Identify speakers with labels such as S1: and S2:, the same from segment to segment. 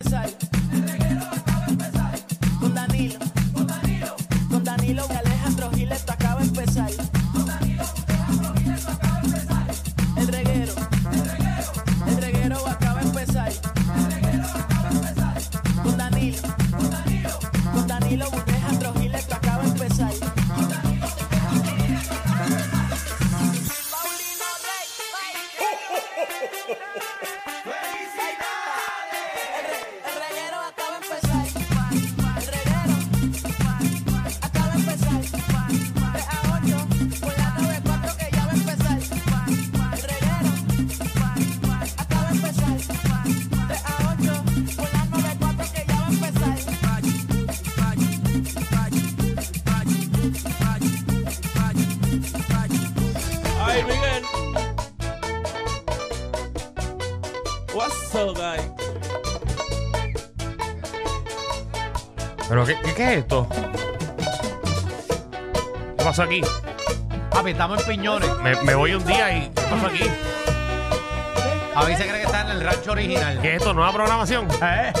S1: empezar. Con Danilo, con Danilo y Alejandro Gil, esto acaba de empezar. El reguero, el reguero acaba de empezar. Con Danilo, con Danilo y Alejandro Gil, esto acaba de empezar. Paulino Rey, el reguero acaba de empezar. El reguero acaba de empezar. 3 a 8 por la 94 que ya va a empezar. El reguero acaba de empezar. 3 a 8 por la 94 que ya va a empezar.
S2: Ay, Miguel. What's up, guys?
S3: ¿Pero qué, qué- qué es esto? ¿Qué pasa aquí?
S4: Papi, estamos en piñones.
S3: Me, me voy un día y... ¿Qué pasa aquí?
S4: A veces cree que está en el rancho original.
S3: ¿Qué es esto? ¿Nueva programación?
S4: ¿Eh?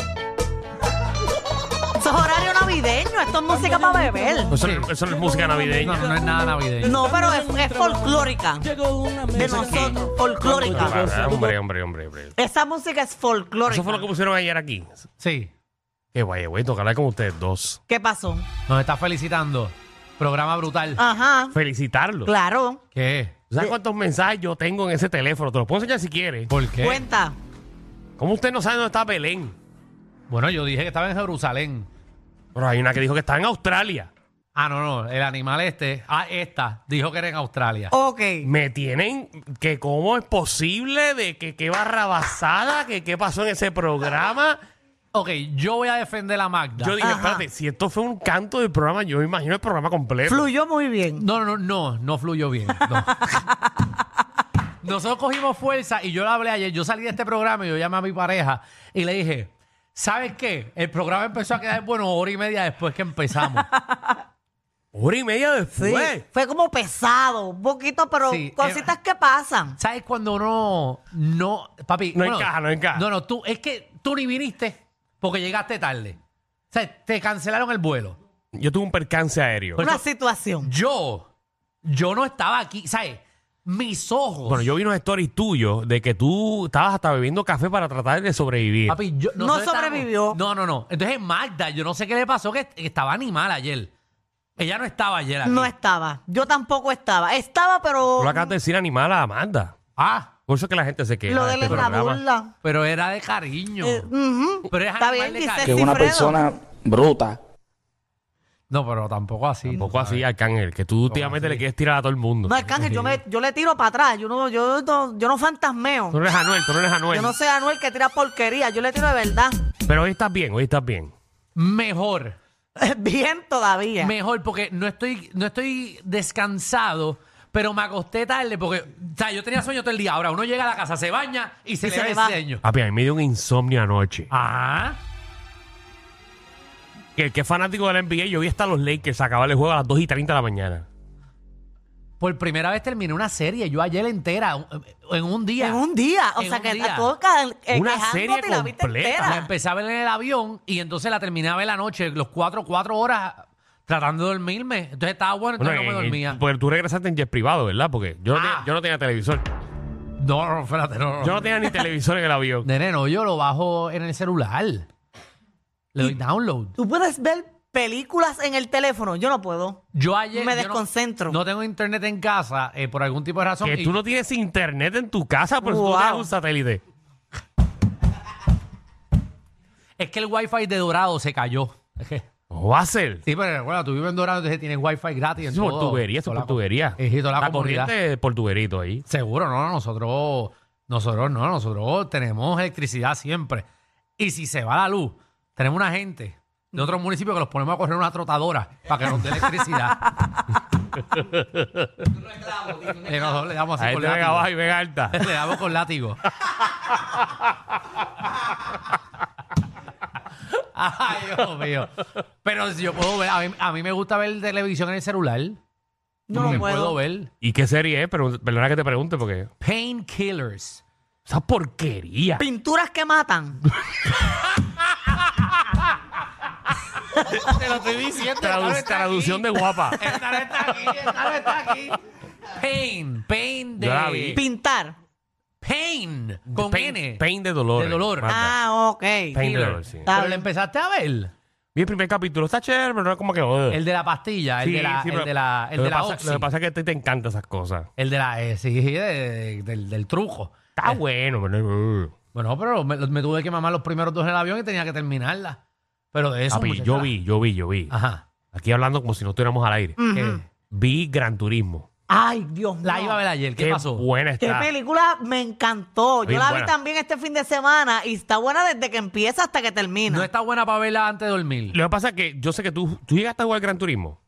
S5: Eso es horario navideño, esto es música para beber.
S3: Eso, no- eso no es música
S4: No,
S3: navideña.
S4: no es nada navideño.
S5: No, pero es, es folclórica.
S2: Llegó una
S5: De
S2: mesa
S5: nosotros,
S3: Ah,
S5: folclórica.
S3: ah, hombre, hombre, hombre, hombre.
S5: Esa música es
S3: Eso fue lo que
S5: folclórica.
S3: pusieron ayer aquí.
S4: Sí,
S3: Qué guay, güey. Tengo que hablar con ustedes dos.
S5: ¿Qué pasó?
S4: nos está felicitando. Programa brutal.
S5: Ah. Ajá,
S3: Felicitarlos.
S5: claro.
S4: ¿Qué?
S3: ¿Sabes cuántos mensajes yo tengo en ese teléfono? Te los puedo enseñar si quieres.
S4: ¿Por qué?
S5: Cuenta.
S3: ¿Cómo usted no sabe dónde está Belén?
S4: Bueno, yo dije que estaba en Jerusalén.
S3: Pero hay una que dijo que está en Australia.
S4: Ah, no, no. El animal este, ah, esta, dijo que era en Australia.
S5: Ok.
S3: Me tienen que cómo es posible de que qué barrabasada, que qué pasó en ese programa.
S4: Ok, yo voy a defender a Magda.
S3: Yo dije,
S5: Ajá.
S3: espérate, si esto fue un canto del programa, yo me imagino el programa completo.
S5: Fluyó muy bien.
S4: No, no, no, no, no fluyó bien. no. Nosotros cogimos fuerza y yo le hablé ayer. Yo salí de este programa y yo llamé a mi pareja y le dije, ¿sabes qué? El programa empezó a quedar bueno hora y media después que empezamos.
S3: Hora y media
S5: Sí.
S3: después.
S5: Fue como pesado, un poquito, pero
S4: Sí,
S5: cositas
S4: era-
S5: que pasan.
S4: ¿Sabes cuando uno no, papi?
S3: No encaja, no encaja.
S4: No, no, tú, es que tú ni viniste porque llegaste tarde. O sea, te cancelaron el vuelo.
S3: Yo tuve un percance aéreo.
S5: Una situación.
S4: Yo, yo no estaba aquí, ¿sabes? Mis ojos.
S3: Bueno, yo vi unos stories tuyos de que tú estabas hasta bebiendo café para tratar de sobrevivir.
S4: Papi, yo-
S5: No
S4: nosotros estábamos-
S5: sobrevivió.
S4: No, no, no. Entonces Magda, yo no sé qué le pasó, que que estaba animal ayer. Ella no estaba ayer. aquí.
S5: No estaba. Yo tampoco estaba. Estaba, pero
S3: Tú le acabas de decir animal a Amanda.
S4: Ah,
S3: Por eso es que la gente se queja.
S5: lo
S3: de
S5: de él
S3: este
S5: es una
S3: programa.
S5: burla.
S4: pero era de cariño.
S5: Eh, ujú.
S4: pero es
S5: Está
S4: animal
S5: bien,
S4: de
S5: dice
S6: que
S4: cariño.
S6: es una
S5: Cifredo.
S6: persona bruta.
S4: No, pero tampoco así.
S3: Tampoco así, Arcángel, que tú últimamente
S4: así?
S3: le quieres tirar a todo el mundo.
S5: No, Arcángel, yo, me, yo le tiro para atrás. Yo no, yo, no, yo no fantasmeo.
S3: Tú no eres Anuel, tú no eres Anuel.
S5: Yo no sé, Anuel, que tira porquería. Yo le tiro de verdad.
S3: Pero hoy estás bien, hoy estás bien.
S4: Mejor.
S5: Bien todavía.
S4: Mejor, porque no estoy, no estoy descansado, pero me acosté tarde porque, o sea, yo tenía sueño todo el día. Ahora uno llega a la casa, se baña y se
S5: Y
S4: le
S5: se
S4: ve
S5: le
S4: el
S5: va.
S4: sueño.
S3: Papi, a mí me dio un insomnio anoche.
S4: Ah,
S3: Que el que es fanático de la NBA, yo vi hasta los Lakers acabar el juego a las 2 y 30 de la mañana.
S4: por primera vez terminé una serie, yo ayer entera, en un día.
S5: En un día. O
S4: En
S5: sea,
S4: un
S5: que
S4: día.
S5: tú ca- eh,
S3: Una
S5: quejándote
S3: serie
S5: y la viste
S3: completa.
S4: La
S5: entera.
S4: empecé a ver en el avión y entonces la terminé a ver la noche, los cuatro, cuatro horas tratando de dormirme. Entonces estaba bueno, entonces no me
S3: en- en-
S4: dormía.
S3: porque tú regresaste en jet privado, ¿verdad? Porque yo no,
S4: Ah.
S3: tenía, yo no tenía televisor.
S4: No, no, espérate, no, no.
S3: Yo no tenía ni televisor en el avión.
S4: Nene, no, yo lo bajo en el celular. Le doy download.
S5: Tú puedes ver películas en el teléfono. Yo no puedo.
S4: Yo ayer.
S5: Me
S4: yo no-
S5: desconcentro.
S4: No, tengo internet en casa eh, por algún tipo de razón.
S3: Que
S4: y-
S3: tú no tienes internet en tu casa, por eso tú
S5: Wow.
S3: no tienes un satélite.
S4: Es que el wifi de Dorado se cayó. Es que-
S3: ¿Cómo va a ser?
S4: Sí, pero bueno, tú vives en Dorado, entonces tienes wifi gratis. en
S3: Eso es por
S4: todo-
S3: tubería, eso
S4: toda la
S3: es por
S4: com-
S3: tubería.
S4: Eh, sí, toda la,
S3: La
S4: comunidad.
S3: corriente es por tuberito ahí.
S4: Seguro, no, nosotros, nosotros no, nosotros tenemos electricidad siempre. Y si se va la luz, Tenemos una gente de otro municipio que los ponemos a correr una trotadora para que nos dé electricidad. Eh, nosotros le damos así
S3: Ahí
S4: con
S3: te este venga
S4: látigo.
S3: abajo y venga alta.
S4: Le damos con látigo. Ay, Dios mío. Pero si yo puedo ver, a mí, a mí me gusta ver televisión en el celular.
S5: No
S4: me
S5: lo
S4: puedo
S5: puedo.
S4: ver.
S3: ¿Y qué serie es? Pero, perdona que te pregunte porque...
S4: Painkillers.
S3: Esa porquería.
S5: Pinturas que matan.
S4: Te lo estoy diciendo.
S3: Tradu- traducción de guapa.
S4: El tarot está aquí, el tarot está aquí. Pain, pain de.
S3: Yo la vi.
S5: Pintar.
S4: Pain, con N.
S3: pain de dolor.
S4: De dolor.
S3: Manda.
S5: Ah, ok.
S3: Pain de
S4: Killer.
S3: dolor, sí.
S5: Está
S4: Pero
S5: bien.
S4: le empezaste a ver.
S3: Vi el primer capítulo. Está chévere, pero no es como que... oh.
S4: El de la pastilla, el
S3: Sí,
S4: de la.
S3: sí,
S4: el
S3: pero
S4: de la. El
S3: lo,
S4: de
S3: que
S4: la
S3: pasa,
S4: Oxy.
S3: lo que pasa es que a ti te encantan esas cosas.
S4: El de la. eh, sí, de- de- del, del truco.
S3: Está bueno, pero... uh.
S4: Bueno, pero me, me tuve que mamar los primeros dos en el avión y tenía que terminarla. Pero de eso.
S3: Papi,
S4: muchacha.
S3: yo vi, yo vi, yo vi.
S4: Ajá. Mm.
S3: Aquí hablando como si no estuviéramos al aire.
S4: ¿Qué?
S3: Vi Gran Turismo.
S5: Ay, Dios mío.
S4: La iba a ver ayer. ¿Qué, pasó?
S3: buena
S5: Qué
S3: está.
S5: película me encantó. Yo
S3: Bien
S5: la
S3: buena.
S5: vi también este fin de semana y está buena desde que empieza hasta que termina.
S4: No está buena para verla antes de dormir.
S3: Lo que pasa es que yo sé que tú, tú llegaste a jugar Gran Turismo.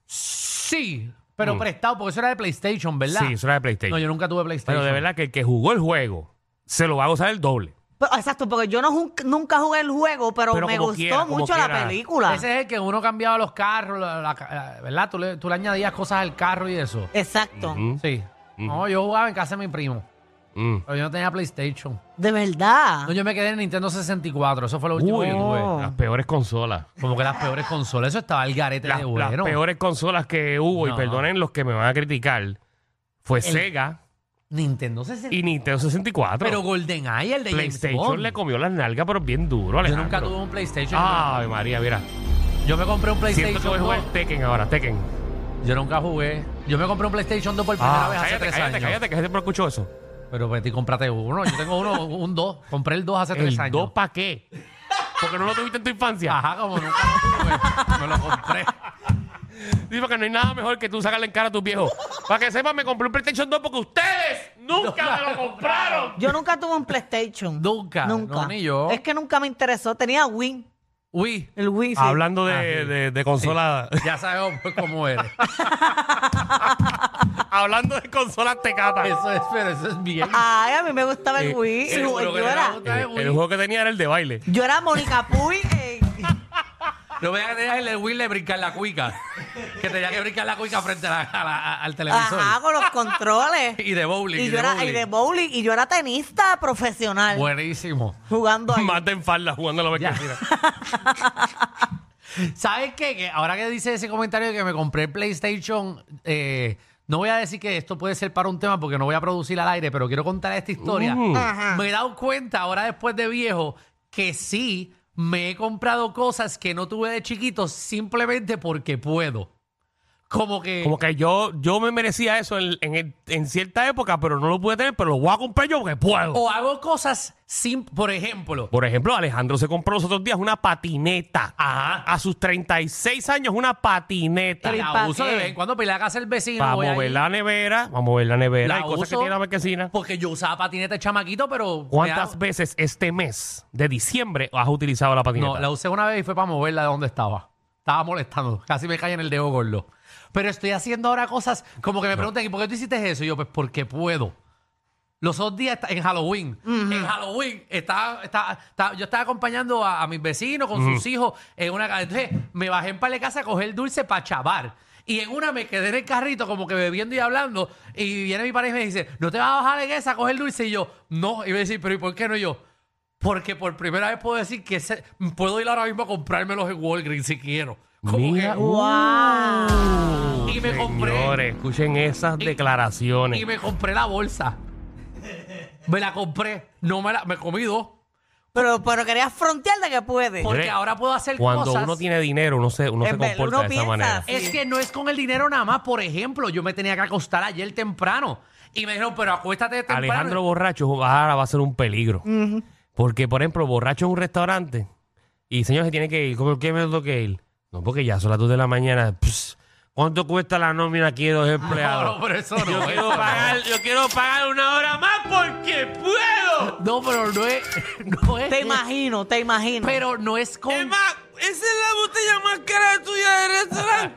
S4: Sí, pero
S3: Mm.
S4: prestado, porque eso era de PlayStation, ¿verdad?
S3: Sí, eso era de PlayStation.
S4: No, yo nunca tuve PlayStation.
S3: Pero de verdad que el que jugó el juego se lo va a gozar el doble.
S5: Pero- exacto, porque yo no jun- nunca jugué el juego, pero,
S3: Pero
S5: me
S3: como
S5: gustó
S3: quiera, como
S5: mucho la
S3: quiera.
S5: película.
S4: Ese es el que uno cambiaba los carros, la- la- la- ¿verdad? Tú le, tú le añadías cosas al carro y eso.
S5: Exacto.
S3: Ujú.
S4: Sí. No, yo jugaba en casa de mi primo,
S3: Mm.
S4: pero yo no tenía PlayStation.
S5: De verdad.
S4: No, yo me quedé en Nintendo 64, eso fue lo último
S3: Uy,
S4: que
S5: no.
S4: tuve.
S3: Oh. las peores consolas.
S4: Como que las peores consolas, eso estaba el garete
S3: Las,
S4: de
S3: las
S4: Este bueno.
S3: peores consolas que hubo, y
S4: No.
S3: perdonen los que me van a criticar, fue Sega
S4: Nintendo 64.
S3: y Nintendo 64.
S4: Pero GoldenEye, el de James
S3: PlayStation
S4: Bond.
S3: le comió las nalgas, pero bien duro,
S4: yo
S3: Alejandro.
S4: nunca
S3: Ah.
S4: tuve un PlayStation.
S3: Ay, María, mira.
S4: Yo me compré un PlayStation
S3: Siento que voy a
S4: 2.
S3: jugar Tekken ahora, Tekken.
S4: Yo nunca jugué. Yo me compré un PlayStation 2 por primera
S3: Ah,
S4: vez hace
S3: cállate,
S4: tres
S3: cállate,
S4: años.
S3: cállate, que siempre escucho eso.
S4: Pero Betty, cómprate uno. Yo tengo uno, un 2. Compré el 2 hace tres
S3: ¿El
S4: años.
S3: 2 para qué? Porque no lo tuviste en tu infancia.
S4: Ajá, como nunca lo tuve, me lo compré.
S3: Digo que no hay nada mejor que tú sacarle en cara a tus viejos. Para que sepan, me compré un PlayStation 2 porque ustedes nunca me lo compraron.
S5: Yo nunca tuve un PlayStation.
S4: Nunca,
S5: Nunca.
S4: no, ni yo.
S5: Es que nunca me interesó. Tenía Wii.
S4: Uy,
S5: El Wii. sí.
S3: Hablando
S4: Ah, sí.
S3: de, de, de consola,
S4: ya sabemos pues, cómo eres.
S3: hablando de consolas tecata. El,
S4: Eso es, pero eso es bien.
S5: Ay, a mí me gustaba el Wii.
S4: Eh, sí,
S5: yo,
S4: seguro que
S5: yo
S4: te
S5: era,
S4: gusta. Ay, güey.
S3: el juego que tenía era el de baile.
S5: yo era Mónica Puy. eh,
S4: Lo veía que tenía el de Will de brincar la cuica. Que tenía que brincar la cuica frente a la- a la- al televisor.
S5: ajá, con los controles.
S4: Y de bowling.
S5: Y
S4: y
S5: yo
S4: de
S5: era
S4: bowling.
S5: y de bowling. Y yo era tenista profesional.
S4: Buenísimo.
S5: Jugando ahí.
S3: Mata en falda jugando a la
S4: Ya.
S3: vecina.
S4: ¿Sabes qué? Que ahora que dice ese comentario de que me compré el PlayStation, eh, no voy a decir que esto puede ser para un tema porque no voy a producir al aire, pero quiero contar esta historia.
S3: Mm.
S5: Ajá.
S4: Me he dado cuenta ahora después de viejo que sí me he comprado cosas que no tuve de chiquito simplemente porque puedo. Como que.
S3: Como que yo, yo me merecía eso en, en, el- en cierta época, pero no lo pude tener, pero lo voy a comprar yo porque puedo.
S4: O hago cosas sin. Por ejemplo.
S3: Por ejemplo, Alejandro se compró los otros días una patineta.
S4: Ajá.
S3: A sus 36 años, una patineta.
S5: Pero ¿y
S4: La
S5: pa'
S4: uso de
S5: qué?
S4: vez en cuando pelear a casa el vecino.
S3: Para
S4: voy ahí.
S3: mover la nevera, para mover la nevera
S4: La
S3: y cosas que
S4: uso Pues,
S3: tiene la marquesina.
S4: Porque yo usaba patineta de chamaquito, pero. me
S3: ¿Cuántas
S4: da-
S3: veces este mes de diciembre has utilizado la patineta?
S4: No, la usé una vez y fue para moverla de donde estaba. Estaba molestando. Casi me cae en el dedo gordo. Pero estoy haciendo ahora cosas como que me preguntan, ¿y por qué tú hiciste eso? Y yo, pues porque puedo. Los dos días esta- en Halloween. En Halloween estaba, estaba- estaba- yo estaba acompañando a, a mis vecinos con sus hijos en una ca- Entonces me bajé en par de casa a coger dulce para chavar. Y en una me quedé en el carrito como que bebiendo y hablando. Y viene mi pareja y me dice, ¿no te vas a bajar en esa a coger dulce? Y yo, no. Y me dice, ¿pero y por qué no? Y yo, porque por primera vez puedo decir que ese- puedo ir ahora mismo a comprármelos en Walgreens si quiero. Como
S3: Mira,
S4: que-
S5: ¡Wow!
S4: y me compré.
S3: Señores, escuchen esas
S4: Y-
S3: declaraciones.
S4: Y me compré la bolsa. Me la compré. No me la. Me comí dos.
S5: Pero, pero querías frontear de que puedes.
S4: Porque
S3: Mire,
S4: ahora puedo hacer
S3: Cuando
S4: cosas.
S3: uno tiene dinero, uno se, uno
S5: Es
S3: se
S5: verdad,
S3: comporta
S5: uno
S3: de esa
S5: piensa
S3: manera.
S5: así.
S4: Es que no es con el dinero nada más. Por ejemplo, yo me tenía que acostar ayer temprano. Y me dijeron, pero acuéstate temprano.
S3: Alejandro borracho ahora va a ser un peligro. Porque, por ejemplo, borracho en un restaurante y señor se tiene que ir. ¿Por qué me tengo que ir? No, porque ya son las 2 de la mañana. Pss, ¿Cuánto cuesta la nómina aquí de los
S4: Ah, No,
S3: empleados?
S4: no, pero eso no.
S3: Yo
S4: eso
S3: quiero
S4: no.
S3: pagar, yo quiero pagar una hora más porque puedo.
S4: No, pero no es. No es
S5: Te imagino, te imagino.
S4: Pero no es con.
S3: Es más,
S2: Esa es la botella más cara tuya del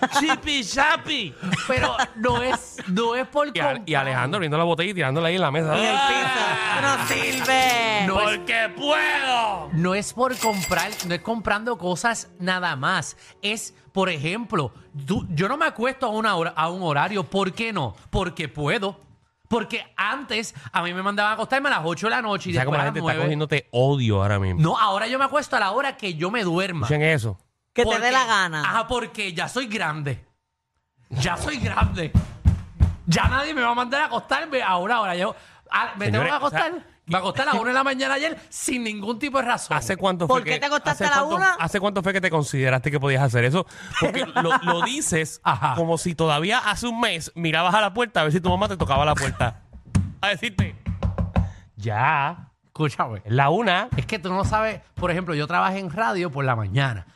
S2: restaurante. Chipi Chapi.
S4: Pero no es, no es por
S3: Y, a- y
S4: comprar.
S3: Alejandro abriendo la botella y tirándola ahí en la mesa.
S5: En el piso. No sirve.
S4: No es,
S2: Eh, Porque puedo.
S4: no es por comprar, no es comprando cosas nada más. Es, por ejemplo, tú- yo no me acuesto a, una hora, a un horario. ¿Por qué no? Porque puedo. Porque antes a mí me mandaban a acostarme a las 8 de la noche y
S3: O sea,
S4: después
S3: como la
S4: a las
S3: gente está
S4: 9.
S3: cogiéndote odio ahora mismo.
S4: No, ahora yo me acuesto a la hora que yo me duerma.
S3: Escuchen eso.
S5: Que te
S4: Porque-
S5: dé la gana.
S4: Ajá, porque ya soy grande. Ya soy grande. Ya nadie me va a mandar a acostarme ahora, ahora. Yo, ah, me tengo
S3: Señores,
S4: que acostar.
S3: o sea,
S4: me acosté a las 1 de la mañana ayer sin ningún tipo de razón.
S3: ¿Hace cuánto
S5: ¿Por
S3: fue
S5: qué
S3: que-
S5: te acostaste
S3: hace
S5: a la
S3: cuánto-
S5: una?
S3: ¿Hace cuánto fue que te consideraste que podías hacer eso? Porque lo, lo dices
S4: Ajá.
S3: como si todavía hace un mes mirabas a la puerta a ver si tu mamá te tocaba la puerta. A decirte, ya,
S4: Escúchame.
S3: es la una.
S4: Es que tú no sabes. Por ejemplo, yo trabajé en radio por la mañana.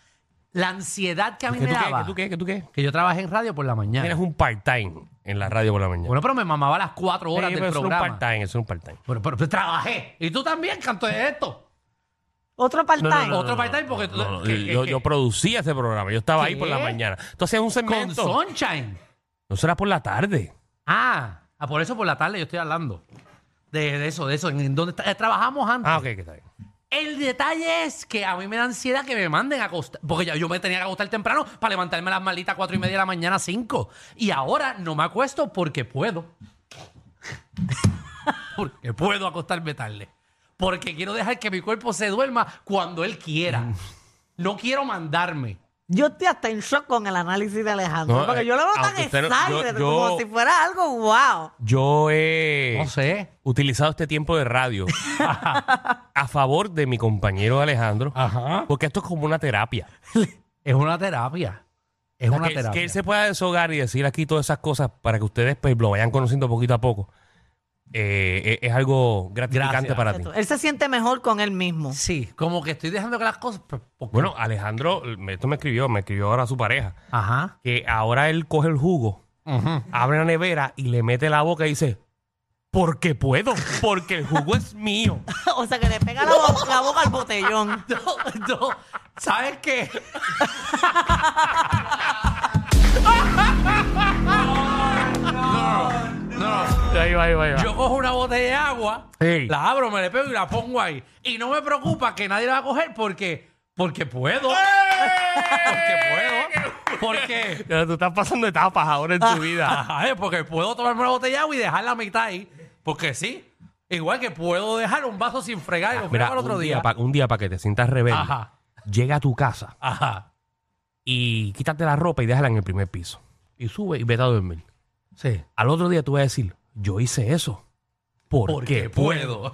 S4: La ansiedad que a mí
S3: ¿Que
S4: me
S3: tú qué?
S4: daba.
S3: ¿Que tú qué? ¿Que tú qué?
S4: que yo trabajé en radio por la
S3: Tienes
S4: mañana.
S3: un part-time en la radio por la mañana.
S4: Bueno, pero me mamaba las 4 horas
S3: Sí,
S4: del
S3: pero eso era un
S4: programa.
S3: part-time, eso era un part-time.
S4: Pero, pero, pero trabajé. Y tú también, canto de esto.
S5: Otro part-time.
S4: no, Otro part-time porque tú-
S3: no, no,
S4: que-
S3: yo,
S4: que-
S3: yo producía ese programa, yo estaba ahí por la
S4: ¿Qué?
S3: mañana. Tú hacías un
S4: Con
S3: segmento.
S4: Sunshine.
S3: No será por la tarde.
S4: Ah, ah, por eso por la tarde yo estoy hablando. De, de eso, de eso, en, en donde tra- trabajamos antes.
S3: Ah, ok, que está bien.
S4: El detalle es que a mí me da ansiedad que me manden a acostar. Porque ya yo me tenía que acostar temprano para levantarme a las malditas cuatro y media de la mañana, cinco. Y ahora no me acuesto porque puedo. porque puedo acostarme tarde. Porque quiero dejar que mi cuerpo se duerma cuando él quiera. No quiero mandarme.
S5: Yo estoy hasta en shock con el análisis de Alejandro.
S3: No,
S5: porque
S3: eh,
S5: yo lo veo tan
S3: aunque usted no- yo-
S5: excited,
S3: yo-
S5: como si fuera algo wow.
S3: Yo he
S4: No sé.
S3: utilizado este tiempo de radio a favor de mi compañero Alejandro,
S4: Ajá.
S3: porque esto es como una terapia.
S4: Es una terapia. Es
S3: O sea,
S4: una
S3: que,
S4: terapia.
S3: que él se pueda deshogar y decir aquí todas esas cosas para que ustedes pues, lo vayan conociendo poquito a poco. eh, es, es algo gratificante
S4: Gracias.
S3: para ti.
S5: Él se siente mejor con él mismo.
S4: Sí, como que estoy dejando que las cosas. pues, porque-
S3: Bueno, Alejandro, me- esto me escribió, me escribió ahora su pareja,
S4: Ajá.
S3: que ahora él coge el jugo, abre la nevera y le mete la boca y dice, porque puedo, porque el jugo es mío.
S5: o sea, que le pega la, bo- la boca al botellón.
S4: No, no, ¿Sabes qué?
S3: Ahí va, ahí va, ahí va.
S4: Yo cojo una botella de agua,
S3: Sí.
S4: la abro, me le pego y la pongo ahí. Y no me preocupa que nadie la va a coger porque. Porque puedo.
S3: ¡Eh!
S4: porque puedo. Porque.
S3: Ya, Tú estás pasando etapas ahora en tu vida.
S4: Ajá, eh, porque puedo tomarme una botella de agua y dejar la mitad ahí. Porque sí. Igual que puedo dejar un vaso sin fregar y lo
S3: Mira,
S4: frego al otro
S3: un
S4: día.
S3: día, pa- un día para que te sientas rebelde,
S4: Ajá.
S3: llega a tu casa
S4: Ajá.
S3: y quítate la ropa y déjala en el primer piso. Y sube y vete a dormir.
S4: Sí.
S3: Al otro día tú vas a decir, yo hice eso. Porque,
S4: Porque puedo.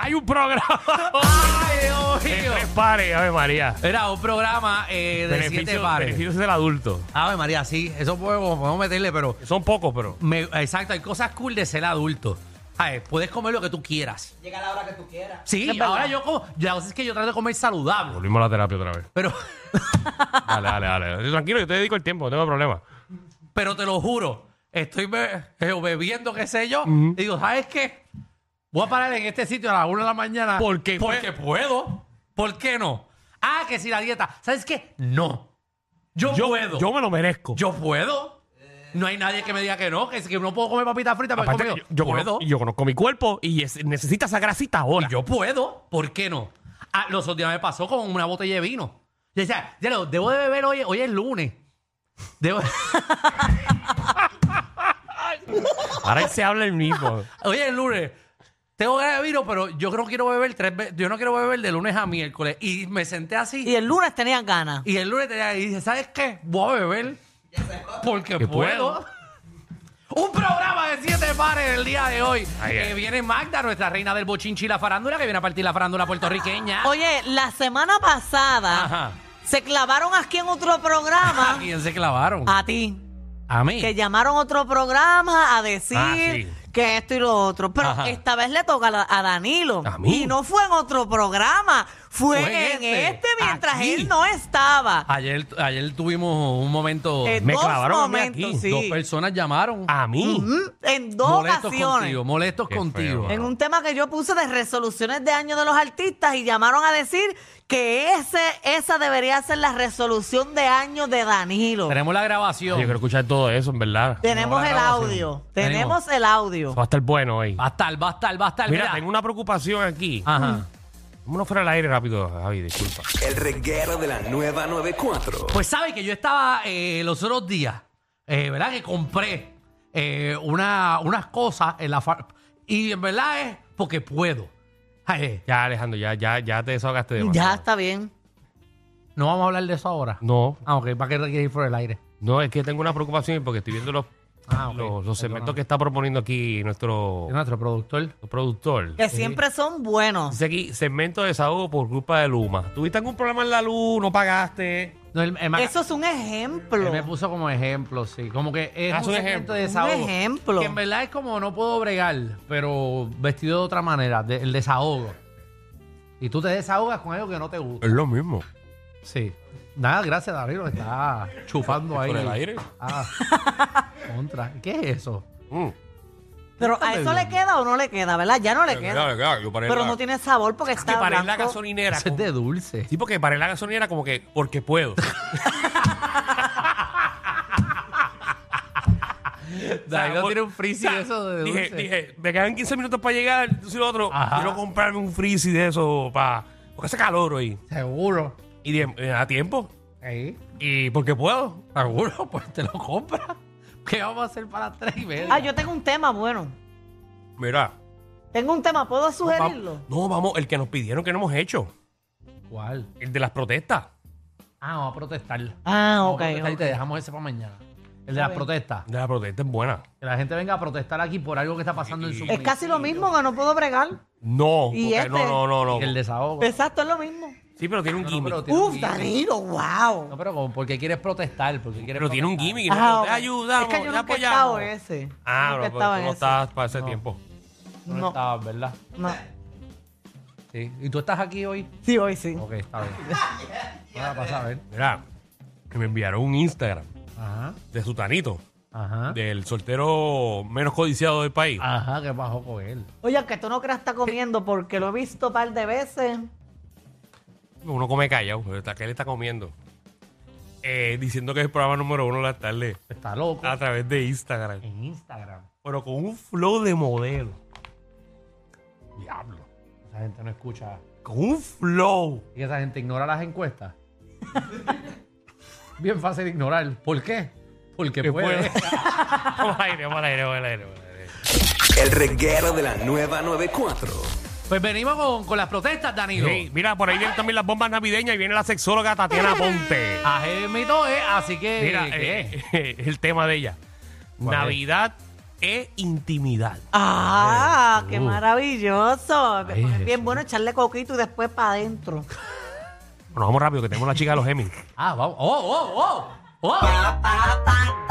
S3: Hay un programa.
S4: ¡Ay, Dios
S3: de
S4: mío!
S3: tres pares, Ave María.
S4: Era un programa eh, de siete
S3: Beneficios,
S4: pares.
S3: beneficios del adulto.
S4: Ave María, sí, eso podemos, podemos meterle, pero.
S3: Son pocos, pero.
S4: me- exacto, hay cosas cool de ser adulto. Ay, puedes comer lo que tú quieras. Llega la hora que tú quieras. Sí, ahora yo como. La cosa es que yo trato de comer saludable.
S3: Volvimos a la terapia otra vez.
S4: Pero,
S3: Dale, dale, dale. Tranquilo, yo te dedico el tiempo, no tengo problema.
S4: pero te lo juro, estoy be- eh, bebiendo, qué sé yo. Y digo, ¿sabes qué? Voy a parar en este sitio a las 1 de la mañana.
S3: Porque-
S4: Porque puedo. ¿Por qué no? Ah, que si la dieta. ¿Sabes qué? No. Yo, puedo.
S3: Yo me lo merezco.
S4: Yo puedo. No hay nadie que me diga que no, que es que no puedo comer papitas fritas para
S3: Aparte,
S4: comer.
S3: yo, yo
S4: puedo.
S3: conozco, yo conozco mi cuerpo y es- necesita esa grasita ahora.
S4: Y yo puedo. ¿Por qué no? Ah, los otros días me pasó con una botella de vino. Yo decía, ya lo- debo de beber hoy, hoy es lunes. Debo-
S3: Ahora él se habla el mismo.
S4: hoy es lunes. Tengo ganas de vino, pero yo no quiero beber tres veces. Yo no quiero beber de lunes a miércoles. Y me senté así.
S5: Y el lunes tenías ganas.
S4: Y el lunes tenía, y dije, ¿sabes qué? Voy a beber porque
S3: Que
S4: puedo.
S3: puedo.
S4: Un programa de siete pares el día de hoy.
S3: Ahí
S4: Eh,
S3: es.
S4: viene Magda, nuestra reina del bochinchi y la farándula, que viene a partir la farándula puertorriqueña.
S5: Oye, la semana pasada
S4: Ajá.
S5: se clavaron aquí en otro programa
S4: ¿A quién se clavaron?
S5: a ti.
S4: A mí.
S5: Que llamaron a otro programa a decir
S3: Ah, sí.
S5: que esto y lo otro. Pero
S4: Ajá.
S5: esta vez le toca a, a Danilo.
S3: ¿A mí?
S5: Y no fue en otro programa. fue
S4: Fue en
S5: en
S4: este,
S5: este, mientras
S4: aquí. Ah,
S5: él no estaba.
S4: Ayer, ayer tuvimos un momento.
S5: En
S3: me
S5: dos
S3: clavaron a mí
S5: momentos,
S3: aquí,
S5: sí.
S4: Dos personas llamaron.
S3: A mí.
S5: Ujú, En dos
S4: molestos
S5: ocasiones.
S4: contigo, molestos
S3: Qué
S4: contigo.
S3: feo.
S5: En un tema que yo puse de resoluciones de año de los artistas y llamaron a decir que ese, esa debería ser la resolución de año de Danilo.
S4: Tenemos la
S3: Yo
S4: grabación.
S3: quiero escuchar todo eso, en verdad.
S5: Tenemos
S4: no, la
S5: el
S4: grabación.
S5: audio.
S4: Tenemos.
S5: Tenemos el audio.
S3: Eso va a estar bueno hoy.
S5: Ah,
S4: Va a estar, va a estar, va a estar.
S3: Mira, tengo Mm. una preocupación aquí.
S4: Ajá.
S3: Vámonos fuera al aire rápido, Javi, disculpa.
S6: El reguero de la nueva 94.
S4: Pues sabe que yo estaba eh, los otros días, eh, ¿verdad? Que compré eh, una, unas cosas en la far- Y en verdad es porque puedo. Ay, eh,
S3: Ya, Alejandro, ya, ya, ya te desahogaste de
S5: Ya está bien.
S4: no vamos a hablar de eso ahora.
S3: No,
S4: Ah, ok, para que requiere ir por el aire.
S3: no, es que tengo una preocupación porque estoy viendo los,
S4: Ah, ok.
S3: los, los segmentos
S4: Perdóname.
S3: que está proponiendo aquí nuestro,
S4: Es nuestro productor.
S3: nuestro productor.
S5: Que siempre son buenos.
S3: Dice aquí, segmento de desahogo por culpa de Luma. ¿Tuviste algún problema en la luz? ¿No pagaste?
S4: No, él, él me-
S5: Eso es un
S4: él
S5: ejemplo.
S4: me puso como ejemplo, sí. Como que es
S3: Ah,
S4: un,
S3: es un
S4: segmento
S3: ejemplo.
S4: de desahogo.
S5: Un ejemplo.
S4: Que en verdad es como no puedo bregar, pero vestido de otra manera, de- el desahogo. Y tú te desahogas con algo que no te gusta.
S3: Es lo mismo.
S4: Sí. Nada, gracias, Darío. Está chupando ahí. Ah, contra. ¿Qué es eso?
S5: Pero a eso le queda o no le queda, ¿verdad? Ya no le queda. Pero no tiene sabor porque
S3: Que
S5: está
S3: paré en la
S5: blanco.
S3: gasolinera.
S4: Eso es
S3: como-
S4: de dulce.
S3: Sí, porque paré en la gasolinera como que porque puedo.
S4: Darío
S3: O sea,
S4: tiene un freezer
S3: o sea,
S4: eso de
S3: dije,
S4: dulce.
S3: dije, me quedan 15 minutos para llegar, entonces lo otro,
S4: Ajá.
S3: quiero comprarme un freezy de eso para... Porque hace calor hoy.
S4: Seguro.
S3: Y dije, eh, a tiempo.
S4: Ahí.
S3: Y porque puedo.
S4: Seguro, pues te lo compras. ¿Qué vamos a hacer para las tres y media?
S5: Ah, yo tengo un tema bueno.
S3: Mira.
S5: Tengo un tema, ¿puedo
S3: va-
S5: sugerirlo?
S3: no, vamos, el que nos pidieron que no hemos hecho.
S4: ¿Cuál?
S3: El de las protestas.
S4: Ah, vamos a protestar.
S5: Ah,
S4: Vamos a
S5: ok.
S4: protestar y
S5: ok.
S4: te dejamos ese para mañana. El de las protestas.
S3: De las protestas es buena.
S4: Que la gente venga a protestar aquí por algo que está pasando en su
S5: Es casi lo mismo que no puedo bregar.
S3: No,
S5: ¿Y
S3: porque-
S5: este?
S3: no, no, no, no.
S4: El desahogo.
S5: Exacto, es lo mismo.
S3: Sí, pero tiene un
S4: No, no,
S3: gimmick.
S4: pero
S3: pero
S4: tiene un
S5: Uf,
S4: gimmick.
S5: Danilo,
S4: No,
S5: wow.
S4: pero como, ¿por qué quieres protestar? Porque quieres
S3: tiene un
S4: protestar.
S3: gimmick.
S5: Ah,
S3: nosotros te
S5: ok.
S3: ayudamos,
S5: es que
S3: te
S5: yo nunca he
S3: apoyamos.
S5: estado en ese.
S3: Ah,
S5: Nunca
S3: pero,
S5: estaba
S3: tú
S5: en
S3: no
S5: ese.
S3: estabas para ese tiempo.
S4: Tú No,
S5: No.
S4: estabas, ¿verdad?
S5: No.
S4: Sí. ¿Y tú estás aquí hoy?
S5: Sí, hoy sí.
S4: Ok, está bien. Nada, pasa a ver.
S3: Mira, que me enviaron un Instagram
S4: Ajá,
S3: de Sutanito,
S4: ajá.
S3: del soltero menos codiciado del país.
S4: Ajá, que bajó con él.
S5: Oye, aunque tú no creas está comiendo porque lo he visto un par de veces.
S3: Uno come callado, pero está- que él está comiendo. Eh, diciendo que es el programa número uno de la tarde
S4: Está loco.
S3: a través de Instagram.
S4: En Instagram.
S3: Pero con un flow de modelo. Diablo.
S4: Esa gente no escucha.
S3: Con un flow.
S4: Y esa gente ignora las encuestas. Bien fácil de ignorar. ¿Por qué? Porque
S3: Que
S4: puede.
S3: puede. Vamos al aire, vamos al aire, vamos al aire. vamos al aire.
S6: El reguero de la nueva 94.
S4: Pues venimos con, con las protestas, Danilo.
S3: Sí, mira, por ahí vienen también las bombas navideñas y viene la sexóloga Tatiana Ponte.
S4: Ajé mi todo, ¿eh? Así que.
S3: Mira,
S4: ¿qué?
S3: eh, eh, el tema de ella.
S4: ¿Cuál es?
S3: Navidad e intimidad.
S5: Ah, qué
S3: Uh.
S5: maravilloso.
S4: Ay,
S5: Es
S4: Jesús.
S5: bien bueno echarle coquito y después para adentro.
S3: Ah, Nos vamos rápido, que tenemos la chica de los Emmy.
S4: Ah, vamos. ¡Oh, oh, oh! ¡Oh!